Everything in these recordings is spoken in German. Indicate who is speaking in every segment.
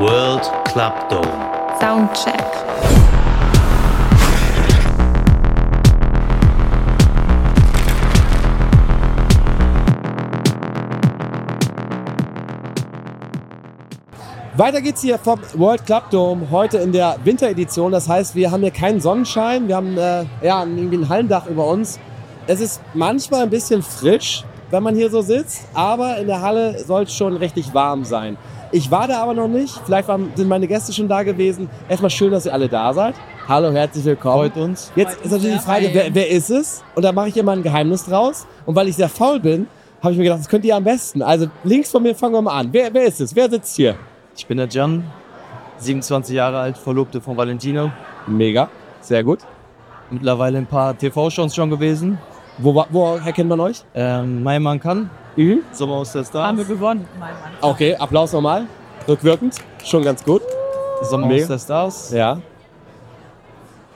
Speaker 1: World Club Dome.
Speaker 2: Soundcheck.
Speaker 3: Weiter geht's hier vom World Club Dome, heute in der Winteredition. Das heißt, wir haben hier keinen Sonnenschein, wir haben äh, ja, irgendwie ein Hallendach über uns. Es ist manchmal ein bisschen frisch, wenn man hier so sitzt, aber in der Halle soll es schon richtig warm sein. Ich war da aber noch nicht, vielleicht waren, sind meine Gäste schon da gewesen. Erstmal schön, dass ihr alle da seid. Hallo, herzlich willkommen.
Speaker 4: Freut uns.
Speaker 3: Jetzt ist natürlich die Frage, wer, wer ist es? Und da mache ich immer ein Geheimnis draus. Und weil ich sehr faul bin, habe ich mir gedacht, das könnt ihr am besten. Also links von mir fangen wir mal an. Wer, wer ist es? Wer sitzt hier?
Speaker 4: Ich bin der Jan, 27 Jahre alt, Verlobte von Valentino.
Speaker 3: Mega, sehr gut.
Speaker 4: Mittlerweile ein paar TV-Shows schon gewesen.
Speaker 3: Wo, wa- woher kennt man euch?
Speaker 4: Ähm, mein Mann kann, Sommer aus der
Speaker 5: Haben wir
Speaker 4: Stars.
Speaker 5: gewonnen, mein Mann.
Speaker 3: Okay, Applaus nochmal. Rückwirkend, schon ganz gut.
Speaker 4: Sommer
Speaker 3: Mega.
Speaker 4: aus der Stars.
Speaker 3: Ja.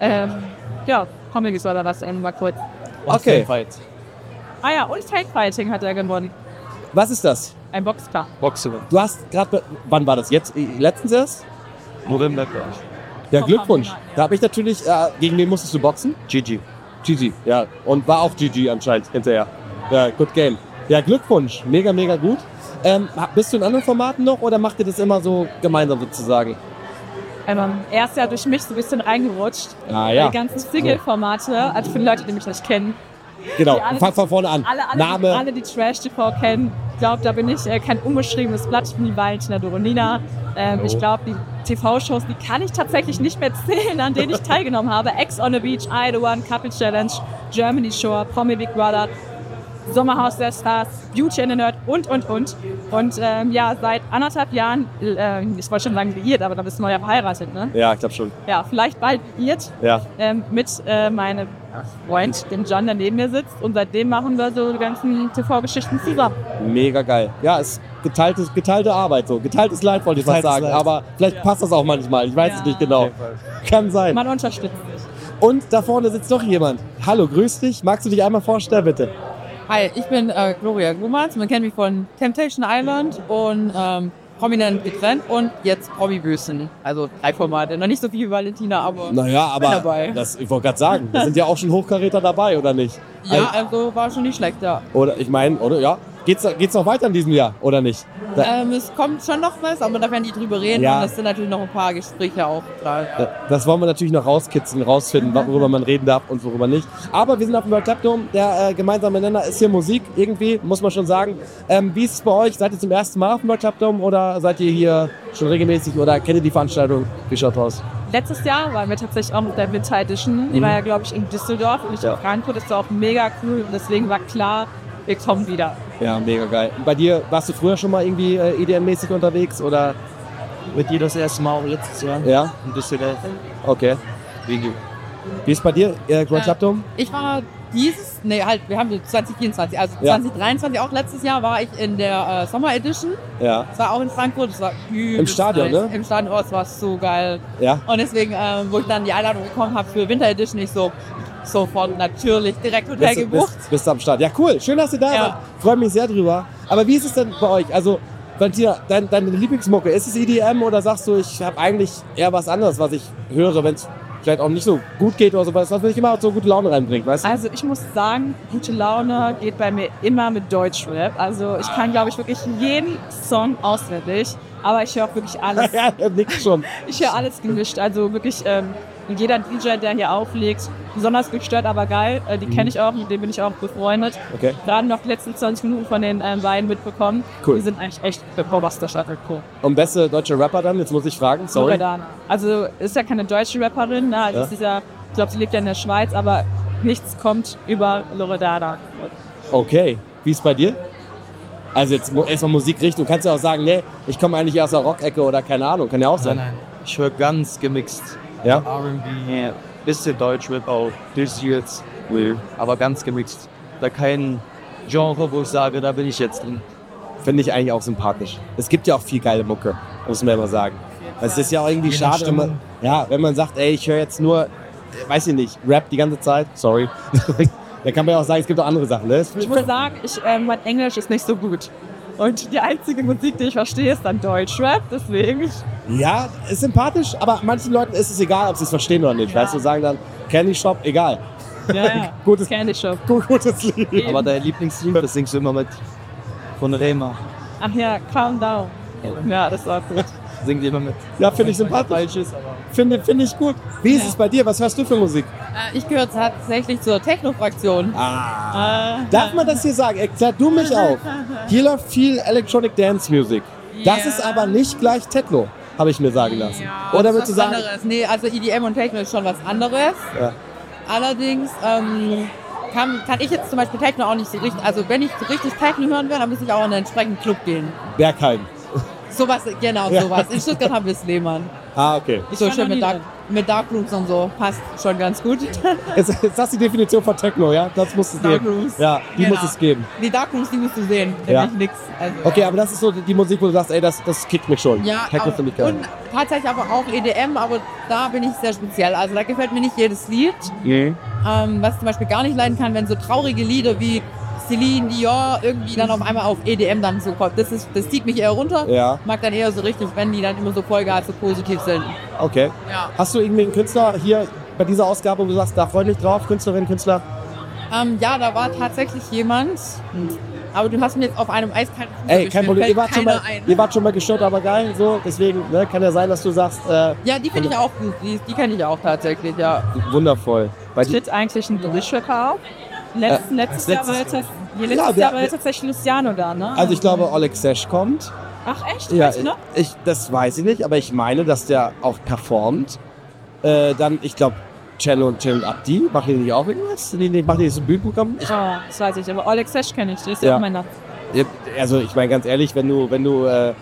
Speaker 5: Ähm, ja, Comics oder was, eben mal kurz.
Speaker 4: Und
Speaker 3: Okay.
Speaker 4: Fight.
Speaker 5: Ah ja, und Fake Fighting hat er gewonnen.
Speaker 3: Was ist das?
Speaker 5: Ein Boxkampf.
Speaker 4: Boxen.
Speaker 3: Du hast gerade, wann war das? Jetzt, äh, letztens erst?
Speaker 4: November gleich.
Speaker 3: Ja,
Speaker 5: Vor
Speaker 3: Glückwunsch.
Speaker 5: ein paar Monaten,
Speaker 3: Da habe ich natürlich, äh, gegen wen musstest du boxen?
Speaker 4: Gigi.
Speaker 3: GG, ja. Und war auch GG anscheinend hinterher. Ja, good game. Ja, Glückwunsch. Mega, mega gut. Ähm, ha- bist du in anderen Formaten noch oder macht ihr das immer so gemeinsam sozusagen?
Speaker 5: Ähm, er ist ja durch mich so ein bisschen reingerutscht.
Speaker 3: Ah
Speaker 5: Die ganzen Single-Formate, also für die Leute, die mich nicht kennen.
Speaker 3: Genau,
Speaker 5: die alle-
Speaker 3: fang von vorne an.
Speaker 5: Alle, alle,
Speaker 3: Name,
Speaker 5: alle die Trash-TV kennen. Ich glaube, da bin ich äh, kein unbeschriebenes Blatt. Ich bin die Valentina Doronina. Ähm, ich glaube, die TV-Shows, die kann ich tatsächlich nicht mehr zählen, an denen ich teilgenommen habe. Ex on the Beach, I The One, Couple Challenge, Germany Shore, Promi Big Brother, Sommerhaus der Stars, Beauty and the Nerd und, und, und. Und ähm, ja, seit anderthalb Jahren, äh, ich wollte schon sagen liiert, aber da bist du neu ja verheiratet, ne?
Speaker 3: Ja, ich glaube schon.
Speaker 5: Ja, vielleicht bald liiert
Speaker 3: Ja.
Speaker 5: ähm, mit äh, meinem Freund, dem John, der neben mir sitzt. Und seitdem machen wir so die ganzen TV-Geschichten zusammen.
Speaker 3: Mega geil. Ja, ist geteiltes, geteilte Arbeit so. Geteiltes Leid wollte ich fast
Speaker 4: Geteiltes
Speaker 3: sagen.
Speaker 4: Leid.
Speaker 3: Aber vielleicht
Speaker 5: Ja.
Speaker 3: passt das auch manchmal. Ich weiß es
Speaker 5: Ja.
Speaker 3: nicht genau. Kann sein.
Speaker 5: Man unterstützt sich.
Speaker 3: Und da vorne sitzt noch jemand. Hallo, grüß dich. Magst du dich einmal vorstellen, bitte?
Speaker 6: Hi, ich bin äh, Gloria Glumanz. Man kennt mich von Temptation Island und ähm, Prominent getrennt und jetzt Promi-Büßen. Also drei Formate. Noch nicht so viel wie Valentina, aber
Speaker 3: Naja,
Speaker 6: bin
Speaker 3: aber
Speaker 6: dabei.
Speaker 3: das, ich wollte gerade sagen, da sind ja auch schon Hochkaräter dabei, oder nicht?
Speaker 6: ja, also war schon nicht schlecht, ja.
Speaker 3: Oder ich meine, oder ja, geht's, geht's noch weiter in diesem Jahr, oder nicht? Da,
Speaker 6: Ähm, es kommt schon noch was, aber da werden die drüber reden
Speaker 3: Ja.
Speaker 6: und es sind natürlich noch ein paar Gespräche auch da.
Speaker 3: da- das wollen wir natürlich noch rauskitzeln, rausfinden, worüber man reden darf und worüber nicht. Aber wir sind auf dem World Club Dome, der äh, gemeinsame Nenner ist hier Musik, irgendwie, muss man schon sagen. Ähm, wie ist es bei euch? Seid ihr zum ersten Mal auf dem World Club Dome oder seid ihr hier schon regelmäßig oder kennt ihr die Veranstaltung? Wie schaut's aus?
Speaker 5: Letztes Jahr waren wir tatsächlich auch mit der Winter Edition. Die war ja, glaube ich, in Düsseldorf und ich
Speaker 3: Mhm. Ja.
Speaker 5: in Frankfurt. Das war auch mega cool und deswegen war klar, wir kommen wieder.
Speaker 3: Ja, mega geil. Bei dir, warst du früher schon mal irgendwie äh, EDM-mäßig unterwegs oder?
Speaker 4: Mit dir das erste Mal auch letztes Jahr. äh,
Speaker 3: Ja,
Speaker 4: In Düsseldorf.
Speaker 3: okay.
Speaker 4: Wegen
Speaker 3: Wie ist bei dir, äh, World
Speaker 6: Äh,
Speaker 3: Club Dome?
Speaker 6: Ich war dieses, nee, halt, wir haben so 2024, also
Speaker 3: Ja.
Speaker 6: 2023, auch letztes Jahr war ich in der äh, Sommer Edition.
Speaker 3: Ja,
Speaker 6: Es war auch in Frankfurt, es war übelst
Speaker 3: Im Stadion,
Speaker 6: nice.
Speaker 3: ne?
Speaker 6: Im Stadion, oh, es war so geil.
Speaker 3: ja.
Speaker 6: Und deswegen, ähm, wo ich dann die Einladung bekommen habe für Winter Edition, ich so sofort natürlich direkt Hotel
Speaker 3: Bist,
Speaker 6: gebucht.
Speaker 3: bist, bist am Start. Ja, cool. Schön, dass ihr da
Speaker 6: Ja.
Speaker 3: seid. Freue mich sehr drüber. Aber wie ist es denn bei euch? Also, Valentina, dein, deine Lieblingsmucke, ist es EDM oder sagst du, ich habe eigentlich eher was anderes, was ich höre, wenn es vielleicht auch nicht so gut geht oder sowas, was will ich immer so gute Laune reinbringen, weißt du?
Speaker 5: Also ich muss sagen, gute Laune geht bei mir immer mit Deutschrap. Also ich kann, glaube ich, wirklich jeden Song auswendig, aber ich höre auch wirklich alles.
Speaker 3: Ja, er nickt schon.
Speaker 5: Ich höre alles gemischt, also wirklich ähm, jeder DJ, der hier auflegt, besonders gestört, aber geil. Äh, die
Speaker 3: Mhm.
Speaker 5: kenne ich auch, mit denen bin ich auch befreundet.
Speaker 3: Okay.
Speaker 5: Gerade noch die letzten 20 Minuten von den ähm, beiden mitbekommen.
Speaker 3: Cool.
Speaker 5: Die sind eigentlich echt bombastisch. Also cool.
Speaker 3: Und beste deutsche Rapper dann, jetzt muss ich fragen, sorry.
Speaker 5: Loredana. Also ist ja keine deutsche Rapperin, ne? Also
Speaker 3: Ja.
Speaker 5: ist ja glaube, sie lebt ja in der Schweiz, aber nichts kommt über Loredana.
Speaker 3: Okay, wie ist bei dir? Also jetzt mu- erstmal Musikrichtung. Kannst du auch sagen, nee, ich komme eigentlich aus der Rockecke oder keine Ahnung. Kann ja auch sein.
Speaker 4: Nein, nein. Ich höre ganz gemixt.
Speaker 3: Ja?
Speaker 4: RB, bisschen Deutschrap auch, bis jetzt. Aber ganz gemixt. Da kein Genre, wo ich sage, da bin ich jetzt drin.
Speaker 3: Finde ich eigentlich auch sympathisch. Es gibt ja auch viel geile Mucke, muss man ja mal sagen. Es ist ja auch irgendwie
Speaker 4: Je nach
Speaker 3: schade, wenn man, ja, wenn man sagt, ey, ich höre jetzt nur, äh, weiß ich nicht, Rap die ganze Zeit. Sorry. da kann man ja auch sagen, es gibt auch andere Sachen. Ne?
Speaker 5: Ich muss sagen, ich, äh, mein Englisch ist nicht so gut. Und die einzige Musik, die ich verstehe, ist dann Deutschrap. Deswegen,
Speaker 3: Ja, ist sympathisch, aber manchen Leuten ist es egal, ob sie es verstehen oder nicht. Weißt du, sagen dann, Candy Shop, egal.
Speaker 5: ja, ja.
Speaker 3: Gutes-
Speaker 5: Candy Shop.
Speaker 3: Gut, gutes Lied.
Speaker 4: Aber dein Lieblingslied, das singst du immer mit. Von Rema.
Speaker 5: Ach ja, Calm Down. Ja, das war gut.
Speaker 4: Singt ihr immer mit.
Speaker 3: Ja, finde ich sympathisch.
Speaker 4: Falsches, aber.
Speaker 3: Finde finde ich gut. Wie ist es bei dir? Was hörst du für Musik?
Speaker 6: Äh, ich gehöre tatsächlich zur Techno-Fraktion.
Speaker 3: Ah. Darf man das hier sagen? Erklär du mich auf. Hier läuft viel Electronic Dance Music. Das
Speaker 6: Ja.
Speaker 3: ist aber nicht gleich Techno, habe ich mir sagen lassen. Oder
Speaker 6: Das
Speaker 3: würdest du
Speaker 6: ist was
Speaker 3: sagen,
Speaker 6: anderes. Nee, also EDM und Techno ist schon was anderes.
Speaker 3: Ja.
Speaker 6: Allerdings ähm, kann, kann ich jetzt zum Beispiel Techno auch nicht so richtig. Also wenn ich so richtig Techno hören will, dann muss ich auch in einen entsprechenden Club gehen.
Speaker 3: Bergheim?
Speaker 6: Sowas, genau,
Speaker 3: Ja.
Speaker 6: sowas. In Stuttgart haben wir es Lehmann.
Speaker 3: Ah, okay.
Speaker 6: So
Speaker 5: war
Speaker 6: schön
Speaker 5: noch nie
Speaker 6: mit, Dark,
Speaker 5: drin.
Speaker 6: mit Darkrooms und so. Passt schon ganz gut.
Speaker 3: Ist, ist das die Definition von Techno, ja? Das muss es
Speaker 6: Dark
Speaker 3: geben.
Speaker 6: Rooms.
Speaker 3: Ja, die
Speaker 6: Genau.
Speaker 3: muss es geben.
Speaker 6: Die Darkrooms, die musst du sehen. Da
Speaker 3: Ja.
Speaker 6: bin ich nix. Also,
Speaker 3: Okay, aber das ist so die Musik, wo du sagst, ey, das, das kickt mich schon.
Speaker 6: Ja,
Speaker 3: Techno
Speaker 6: aber,
Speaker 3: finde ich geil.
Speaker 6: und tatsächlich aber auch EDM, aber da bin ich sehr speziell. Also da gefällt mir nicht jedes Lied. Ähm, was ich zum Beispiel gar nicht leiden kann, wenn so traurige Lieder wie Celine Dior irgendwie dann auf einmal auf EDM dann so kommt. Das, ist, das zieht mich eher runter.
Speaker 3: Ja,
Speaker 6: Mag dann eher so richtig, wenn die dann immer so Vollgas so positiv sind.
Speaker 3: okay.
Speaker 6: Ja.
Speaker 3: Hast du irgendwie einen Künstler hier bei dieser Ausgabe, wo du sagst, da freue ich mich drauf, Künstlerin, Künstler?
Speaker 6: Ähm, ja, da war tatsächlich jemand, aber du hast mir jetzt auf einem eiskalten Fuß
Speaker 3: Ey,
Speaker 6: erwischt.
Speaker 3: kein
Speaker 6: Mir
Speaker 3: Problem.
Speaker 6: fällt
Speaker 3: Ihr wart, schon
Speaker 6: keiner
Speaker 3: mal,
Speaker 6: ein.
Speaker 3: ihr wart schon mal gestört, aber geil. So, deswegen ne, kann ja sein, dass du sagst, äh,
Speaker 6: Ja, die finde ich auch gut. Die, die kenne ich auch tatsächlich, ja.
Speaker 3: wundervoll. Bei dir-
Speaker 5: Tritt eigentlich ein Deutschrapper auf? Letztes, Äh, letztes, Jahr, war
Speaker 3: letztes
Speaker 5: jetzt, ja, letztes
Speaker 3: wir-
Speaker 5: Jahr war
Speaker 3: wir-
Speaker 5: jetzt tatsächlich Luciano da, ne?
Speaker 3: also ich glaube, Oleg Sesh kommt.
Speaker 5: Ach echt?
Speaker 3: Ja,
Speaker 5: Weißt du noch?
Speaker 3: ich, das weiß ich nicht, aber ich meine, dass der auch performt. Äh, dann, ich glaube, Cello und Cello und Abdi, machen die nicht auch irgendwas? Die, die machen die so ein Bühnenprogramm? Ich,
Speaker 5: Oh, das weiß ich, aber Oleg Sesh kenne ich, der ist
Speaker 3: Ja.
Speaker 5: ja auch mein Name.
Speaker 3: also ich meine ganz ehrlich, wenn du, wenn du äh,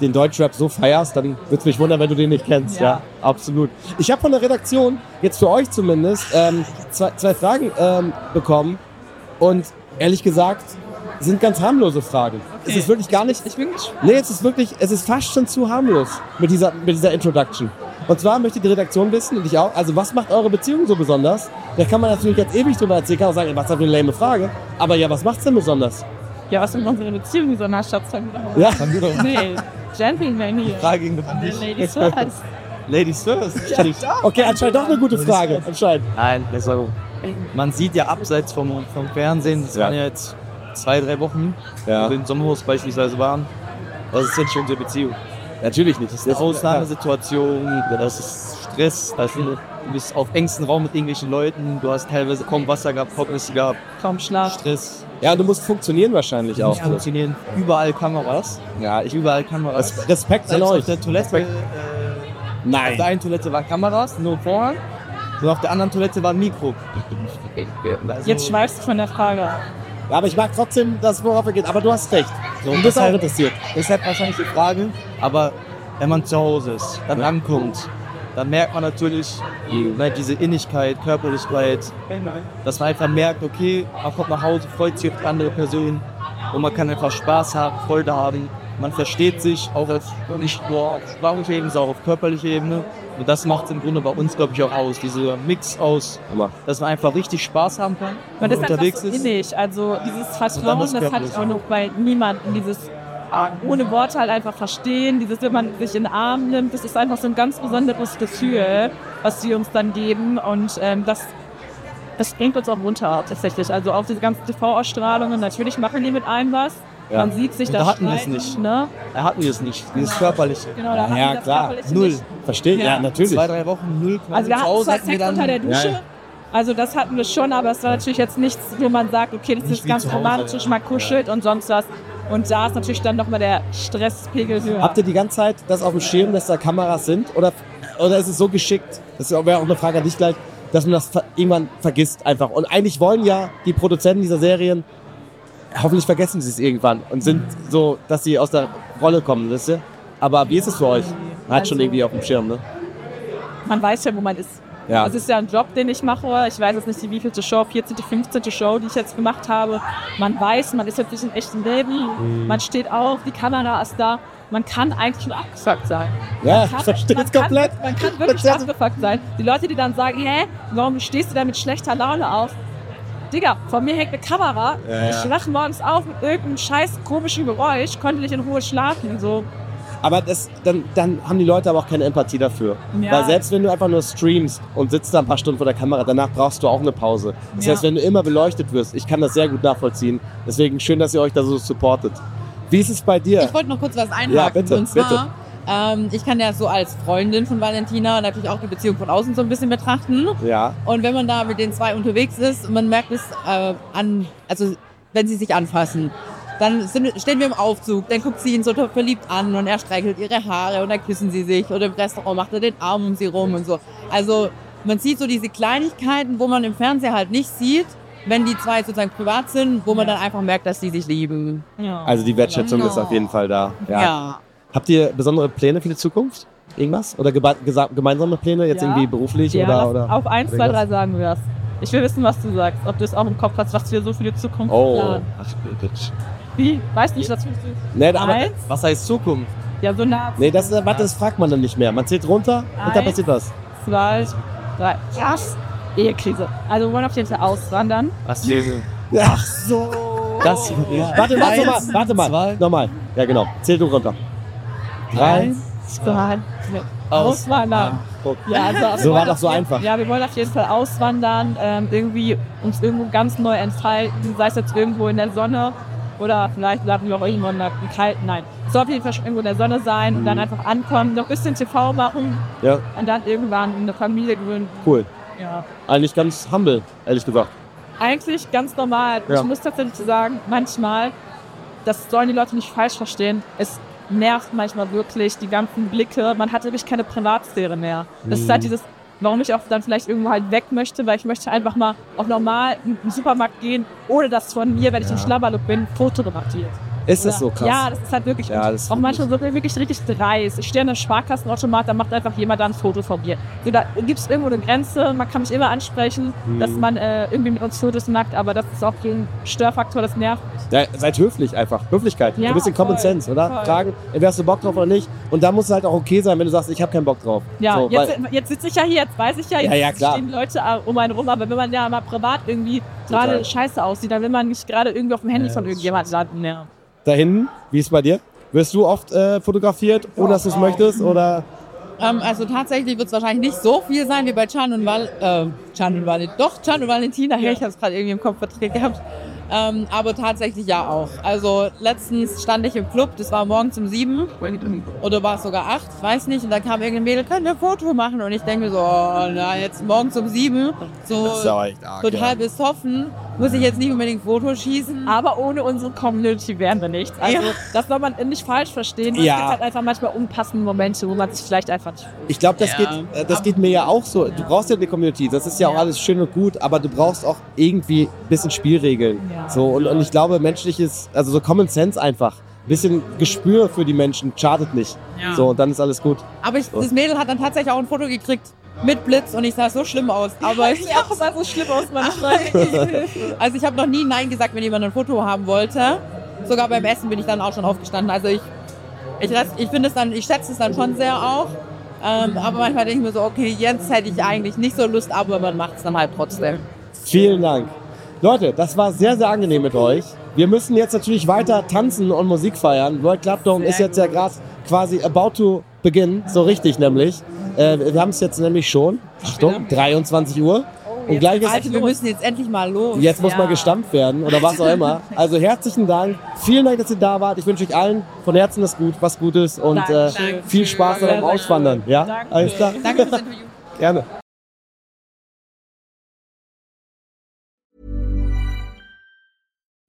Speaker 3: den Deutschrap so feierst, dann würde es mich wundern, wenn du den nicht kennst. Ja,
Speaker 5: Ja.
Speaker 3: absolut. Ich habe von der Redaktion, jetzt für euch zumindest, ähm, zwei, zwei Fragen ähm, bekommen. Und ehrlich gesagt, sind ganz harmlose Fragen. Es ist wirklich gar nicht.
Speaker 5: Ich bin gespannt.
Speaker 3: Nee, es ist wirklich, es ist fast schon zu harmlos mit dieser, mit dieser Introduction. Und zwar möchte die Redaktion wissen, und ich auch, also was macht eure Beziehung so besonders? Da kann man natürlich jetzt ewig drüber erzählen, kann auch sagen, was ist das für eine lame Frage. Aber ja, was macht's denn besonders?
Speaker 5: Ja, was mit unserer Beziehung, dieser Nachschaftsfang?
Speaker 3: Ja,
Speaker 5: Nee, Gentleman hier.
Speaker 4: Frage ging an dich.
Speaker 5: Ladies first.
Speaker 4: Ladies first.
Speaker 3: okay, anscheinend doch eine gute Frage, anscheinend.
Speaker 4: Nein, das war gut. Man sieht ja abseits vom, vom Fernsehen, das
Speaker 3: Ja.
Speaker 4: waren ja jetzt zwei, drei Wochen, wo wir im Sommerhaus beispielsweise waren. Was ist denn schon unsere Beziehung?
Speaker 3: natürlich nicht. Das
Speaker 4: Das ist eine Ausnahmesituation, das ist Stress, das ist, du bist auf engstem Raum mit irgendwelchen Leuten, du hast teilweise kaum Wasser gehabt, Trocknis gehabt,
Speaker 5: Kaum Schlaf.
Speaker 4: Stress,
Speaker 3: Ja, du musst funktionieren wahrscheinlich auch.
Speaker 4: nicht funktionieren, überall Kameras,
Speaker 3: Ja, ich,
Speaker 4: überall Kameras.
Speaker 3: Respekt an
Speaker 4: Selbst
Speaker 3: euch.
Speaker 4: auf der Toilette, äh, auf
Speaker 3: Nein.
Speaker 4: der einen Toilette waren Kameras, nur vorne, und auf der anderen Toilette war ein Mikro. Also-
Speaker 5: Jetzt schweifst du von der Frage. ab.
Speaker 3: Aber ich mag trotzdem das, worauf er geht. Aber du hast recht.
Speaker 4: So,
Speaker 3: Du bist auch
Speaker 4: deshalb,
Speaker 3: interessiert.
Speaker 4: deshalb wahrscheinlich die Frage, aber wenn man zu Hause ist, dann ankommt, dann merkt man natürlich ne, diese Innigkeit, Körperlichkeit, dass man einfach merkt, okay, man kommt nach Hause, freut sich auf die andere Person und man kann einfach Spaß haben, Freude haben. Man versteht sich auch als, nicht nur auf sprachlicher Ebene, sondern auch auf körperlicher Ebene. Und das macht es im Grunde bei uns, glaube ich, auch aus. Dieser Mix aus,
Speaker 3: Aber
Speaker 4: dass man einfach richtig Spaß haben kann, wenn man
Speaker 5: Man ist einfach
Speaker 4: unterwegs
Speaker 5: so
Speaker 4: ist.
Speaker 5: innig. Also dieses Vertrauen,
Speaker 4: muss
Speaker 5: das hatte ich
Speaker 4: körperlich.
Speaker 5: auch noch bei niemandem. Dieses ohne Worte halt einfach verstehen, dieses, wenn man sich in den Arm nimmt, das ist einfach so ein ganz besonderes Gefühl, was sie uns dann geben. Und ähm, das, das bringt uns auch runter tatsächlich. Also auch diese ganzen TV-Ausstrahlungen, natürlich machen die mit einem was.
Speaker 3: Ja.
Speaker 5: Man sieht sich
Speaker 4: Da
Speaker 5: das
Speaker 4: hatten wir es
Speaker 5: streiten,
Speaker 4: nicht.
Speaker 5: Ne?
Speaker 4: Da hatten wir es nicht, dieses Körperliche.
Speaker 5: Genau, da hatten wir
Speaker 3: Ja,
Speaker 5: das
Speaker 3: klar.
Speaker 5: Körperliche
Speaker 3: Null.
Speaker 5: nicht.
Speaker 3: Verstehe? Ja,
Speaker 5: Ja.
Speaker 3: natürlich.
Speaker 4: Zwei, drei Wochen, null Quadrat.
Speaker 5: Also wir
Speaker 4: Zu
Speaker 5: hatten
Speaker 4: Hause
Speaker 5: zwar
Speaker 4: hatten wir
Speaker 5: Sex unter der
Speaker 4: dann
Speaker 5: Dusche.
Speaker 3: Ja, ja.
Speaker 5: Also das hatten wir schon, aber es war natürlich jetzt nichts, wo man sagt, okay, das ist
Speaker 4: wie
Speaker 5: ganz
Speaker 4: zu Hause,
Speaker 5: romantisch,
Speaker 4: ja.
Speaker 5: mal kuschelt und sonst was. Und da ist natürlich dann nochmal der Stresspegel höher.
Speaker 3: Habt ihr die ganze Zeit das auf dem Schirm, dass da Kameras sind? Oder, oder ist es so geschickt? Das wäre auch eine Frage an dich gleich. dass man das ver irgendwann vergisst einfach. Und eigentlich wollen ja die Produzenten dieser Serien, hoffentlich vergessen sie es irgendwann und sind so, dass sie aus der Rolle kommen, wisst ihr? Aber wie ist es für euch? Man hat schon
Speaker 5: Also-
Speaker 3: irgendwie auf dem Schirm, ne?
Speaker 5: Man weiß ja, wo man ist.
Speaker 3: Ja.
Speaker 5: Das ist ja Also ein Job, den ich mache. Ich weiß jetzt nicht, die wievielte Show, 14., 15. Show, die ich jetzt gemacht habe. Man weiß, man ist jetzt nicht im echten Leben. Man steht auf, die Kamera ist da. Man kann eigentlich schon abgefuckt sein.
Speaker 3: Ja,
Speaker 5: Man
Speaker 3: ich
Speaker 5: kann-
Speaker 3: Ah, verstehe
Speaker 5: man
Speaker 3: es komplett.
Speaker 5: Kann, man kann wirklich
Speaker 3: Verstehst du?
Speaker 5: abgefuckt sein. Die Leute, die dann sagen, hä, warum stehst du da mit schlechter Laune auf? Digga, von mir hängt eine Kamera.
Speaker 3: Ja, ja.
Speaker 5: Ich lach morgens auf mit irgendeinem scheiß komischen Geräusch, konnte nicht in Ruhe schlafen. So.
Speaker 3: Aber das, dann, dann haben die Leute aber auch keine Empathie dafür.
Speaker 5: Ja.
Speaker 3: Weil selbst wenn du einfach nur streamst und sitzt da ein paar Stunden vor der Kamera, danach brauchst du auch eine Pause. Das
Speaker 5: Ja.
Speaker 3: heißt, wenn du immer beleuchtet wirst, ich kann das sehr gut nachvollziehen. Deswegen schön, dass ihr euch da so supportet. Wie ist es bei dir?
Speaker 6: Ich wollte noch kurz was einhaken.
Speaker 3: Ja, bitte,
Speaker 6: und zwar, Ähm, ich kann ja so als Freundin von Valentina natürlich auch die Beziehung von außen so ein bisschen betrachten.
Speaker 3: Ja,
Speaker 6: Und wenn man da mit den zwei unterwegs ist, man merkt es äh, an, also wenn sie sich anfassen, dann sind, stehen wir im Aufzug, dann guckt sie ihn so verliebt an und er streichelt ihre Haare und dann küssen sie sich oder im Restaurant macht er den Arm um sie rum und so. Also man sieht so diese Kleinigkeiten, wo man im Fernseher halt nicht sieht, wenn die zwei sozusagen privat sind, wo man dann einfach merkt, dass sie sich lieben.
Speaker 5: Ja.
Speaker 3: also die Wertschätzung
Speaker 6: Ja.
Speaker 3: ist auf jeden Fall da. Ja.
Speaker 6: ja.
Speaker 3: Habt ihr besondere Pläne für die Zukunft? Irgendwas? Oder geba- gesa- gemeinsame Pläne jetzt
Speaker 5: Ja.
Speaker 3: irgendwie beruflich
Speaker 5: ja,
Speaker 3: oder,
Speaker 5: lass-
Speaker 3: oder?
Speaker 5: auf 1,
Speaker 3: oder
Speaker 5: 2,
Speaker 3: irgendwas?
Speaker 5: 3 sagen wir das. Ich will wissen, was du sagst. Ob du es auch im Kopf hast, was wir so für die Zukunft
Speaker 3: Oh,
Speaker 5: planen.
Speaker 3: ach, bitch.
Speaker 5: Wie? Weißt du nicht, dass wir
Speaker 3: Nee, aber,
Speaker 5: Eins?
Speaker 4: Was heißt Zukunft?
Speaker 5: Ja, so nah.
Speaker 3: nee das, warte, das fragt man dann nicht mehr. Man zählt runter und da
Speaker 5: Eins.
Speaker 3: passiert was.
Speaker 5: Zwei, drei. Krass. Ehekrise. Also, wir wollen auf jeden Fall auswandern.
Speaker 4: Was?
Speaker 3: Ach so. Das, ja. Warte, warte mal, warte mal.
Speaker 4: zwei.
Speaker 3: Nochmal. Ja, genau. Zähl du runter. Drei.
Speaker 5: Zwei, drei. Auswandern.
Speaker 3: Guck.
Speaker 5: Ja, also wir
Speaker 3: So war
Speaker 5: wollen
Speaker 3: doch
Speaker 5: auf
Speaker 3: so
Speaker 5: jeden-
Speaker 3: einfach.
Speaker 5: Ja, wir wollen auf jeden Fall auswandern, ähm, irgendwie uns irgendwo ganz neu entfalten, sei es jetzt irgendwo in der Sonne oder vielleicht landen wir auch irgendwo in der im kalten. Nein, es soll auf jeden Fall schon irgendwo in der Sonne sein und dann einfach ankommen, noch ein bisschen TV machen
Speaker 3: Ja,
Speaker 5: und dann irgendwann eine Familie gründen.
Speaker 3: cool.
Speaker 5: Ja.
Speaker 3: Eigentlich ganz humble, ehrlich gesagt.
Speaker 5: Eigentlich ganz normal.
Speaker 3: Ja.
Speaker 5: Ich muss tatsächlich sagen, manchmal, das sollen die Leute nicht falsch verstehen, es nervt manchmal wirklich die ganzen Blicke. Man hat wirklich keine Privatsphäre mehr. Das ist halt dieses, warum ich auch dann vielleicht irgendwo halt weg möchte, weil ich möchte einfach mal auch normal in den Supermarkt gehen, ohne dass von mir, wenn ich im Schlabberlook bin, ein Foto gemacht wird.
Speaker 3: Ist das
Speaker 5: Oder-
Speaker 3: so krass?
Speaker 5: Ja, das ist halt wirklich.
Speaker 3: Ja,
Speaker 5: und
Speaker 3: das ist
Speaker 5: auch manchmal so wirklich richtig dreist. Ich stehe an einem Sparkassenautomat, da macht einfach jemand da ein Foto von mir. So, da gibt es irgendwo eine Grenze, man kann mich immer ansprechen,
Speaker 3: Mhm.
Speaker 5: dass man äh, irgendwie mit uns Fotos macht, aber das ist auch ein Störfaktor, das nervt.
Speaker 3: Ja, seid höflich einfach. Höflichkeit.
Speaker 5: Ja,
Speaker 3: ein bisschen Common
Speaker 5: voll,
Speaker 3: Sense, oder?
Speaker 5: voll.
Speaker 3: Fragen, entweder hast du Bock drauf oder nicht. Und da muss es halt auch okay sein, wenn du sagst, ich habe keinen Bock drauf.
Speaker 5: Ja,
Speaker 3: so,
Speaker 5: jetzt,
Speaker 3: weil,
Speaker 5: jetzt sitze ich ja hier, jetzt weiß ich ja, jetzt
Speaker 3: Ja, ja, klar.
Speaker 5: stehen Leute äh, um einen rum, aber wenn man ja mal privat irgendwie
Speaker 3: Total.
Speaker 5: gerade scheiße aussieht, dann will man nicht gerade irgendwie auf dem Handy von irgendjemandem landen. Ja.
Speaker 3: da hinten, wie ist es bei dir? Wirst du oft äh, fotografiert, ohne dass du es möchtest? Oder?
Speaker 6: Ähm, also tatsächlich wird es wahrscheinlich nicht so viel sein wie bei Chan und Val äh, Chan und Valentina. Doch, Chan und Valentina, ja. ich habe es gerade irgendwie im Kopf verdreht gehabt. Ähm, aber tatsächlich ja auch. Also letztens stand ich im Club, das war morgens um sieben oder war es sogar acht, ich weiß nicht. Und da kam irgendein Mädel, können wir ein Foto machen? Und ich denke mir so, oh, na jetzt morgens um sieben, so
Speaker 3: echt arg.
Speaker 6: total
Speaker 3: ja.
Speaker 6: besoffen, muss ich jetzt nicht unbedingt ein Foto schießen.
Speaker 5: Aber ohne unsere Community wären wir nichts. Also
Speaker 6: Ja.
Speaker 5: das soll man nicht falsch verstehen.
Speaker 3: Ja.
Speaker 5: Es gibt halt einfach manchmal unpassende Momente, wo man sich vielleicht einfach nicht
Speaker 3: Ich glaube, das,
Speaker 6: Ja.
Speaker 3: geht, äh, das geht mir ja auch so. Du brauchst ja eine Community, das ist ja auch
Speaker 5: Ja.
Speaker 3: alles schön und gut, aber du brauchst auch irgendwie ein bisschen Spielregeln.
Speaker 5: Ja.
Speaker 3: So, und, und ich glaube, menschliches, also so Common Sense einfach, ein bisschen Gespür für die Menschen schadet nicht.
Speaker 6: Ah.
Speaker 3: So, und dann ist alles gut.
Speaker 6: Aber ich, das Mädel hat dann tatsächlich auch ein Foto gekriegt mit Blitz und ich sah so schlimm aus. Aber ich
Speaker 5: auch immer so schlimm aus meiner Schreibe.
Speaker 6: Also ich habe noch nie Nein gesagt, wenn jemand ein Foto haben wollte. Sogar beim Essen bin ich dann auch schon aufgestanden. Also ich, ich, rest- ich finde es dann, ich schätze es dann schon sehr auch. Ähm, aber manchmal denke ich mir so, okay, jetzt hätte ich eigentlich nicht so Lust, aber man macht es dann halt trotzdem.
Speaker 3: Vielen Dank. Leute, das war sehr, sehr angenehm mit euch. Wir müssen jetzt natürlich weiter tanzen und Musik feiern. World Clapdown
Speaker 6: Sehr
Speaker 3: ist jetzt ja gerade quasi about to begin, so richtig nämlich. Äh, wir haben es jetzt nämlich schon, Achtung, 23 Uhr. Und gleich ist
Speaker 6: Also wir müssen jetzt endlich mal los.
Speaker 3: Jetzt muss mal gestampft werden oder was auch immer. Also herzlichen Dank. Vielen Dank, dass ihr da wart. Ich wünsche euch allen von Herzen das Gut, was Gutes und äh,
Speaker 5: Dankeschön.
Speaker 3: viel Spaß beim
Speaker 5: Dankeschön.
Speaker 3: Auswandern. Ja,
Speaker 5: Dankeschön.
Speaker 3: alles klar.
Speaker 6: Danke fürs Interview.
Speaker 3: Gerne.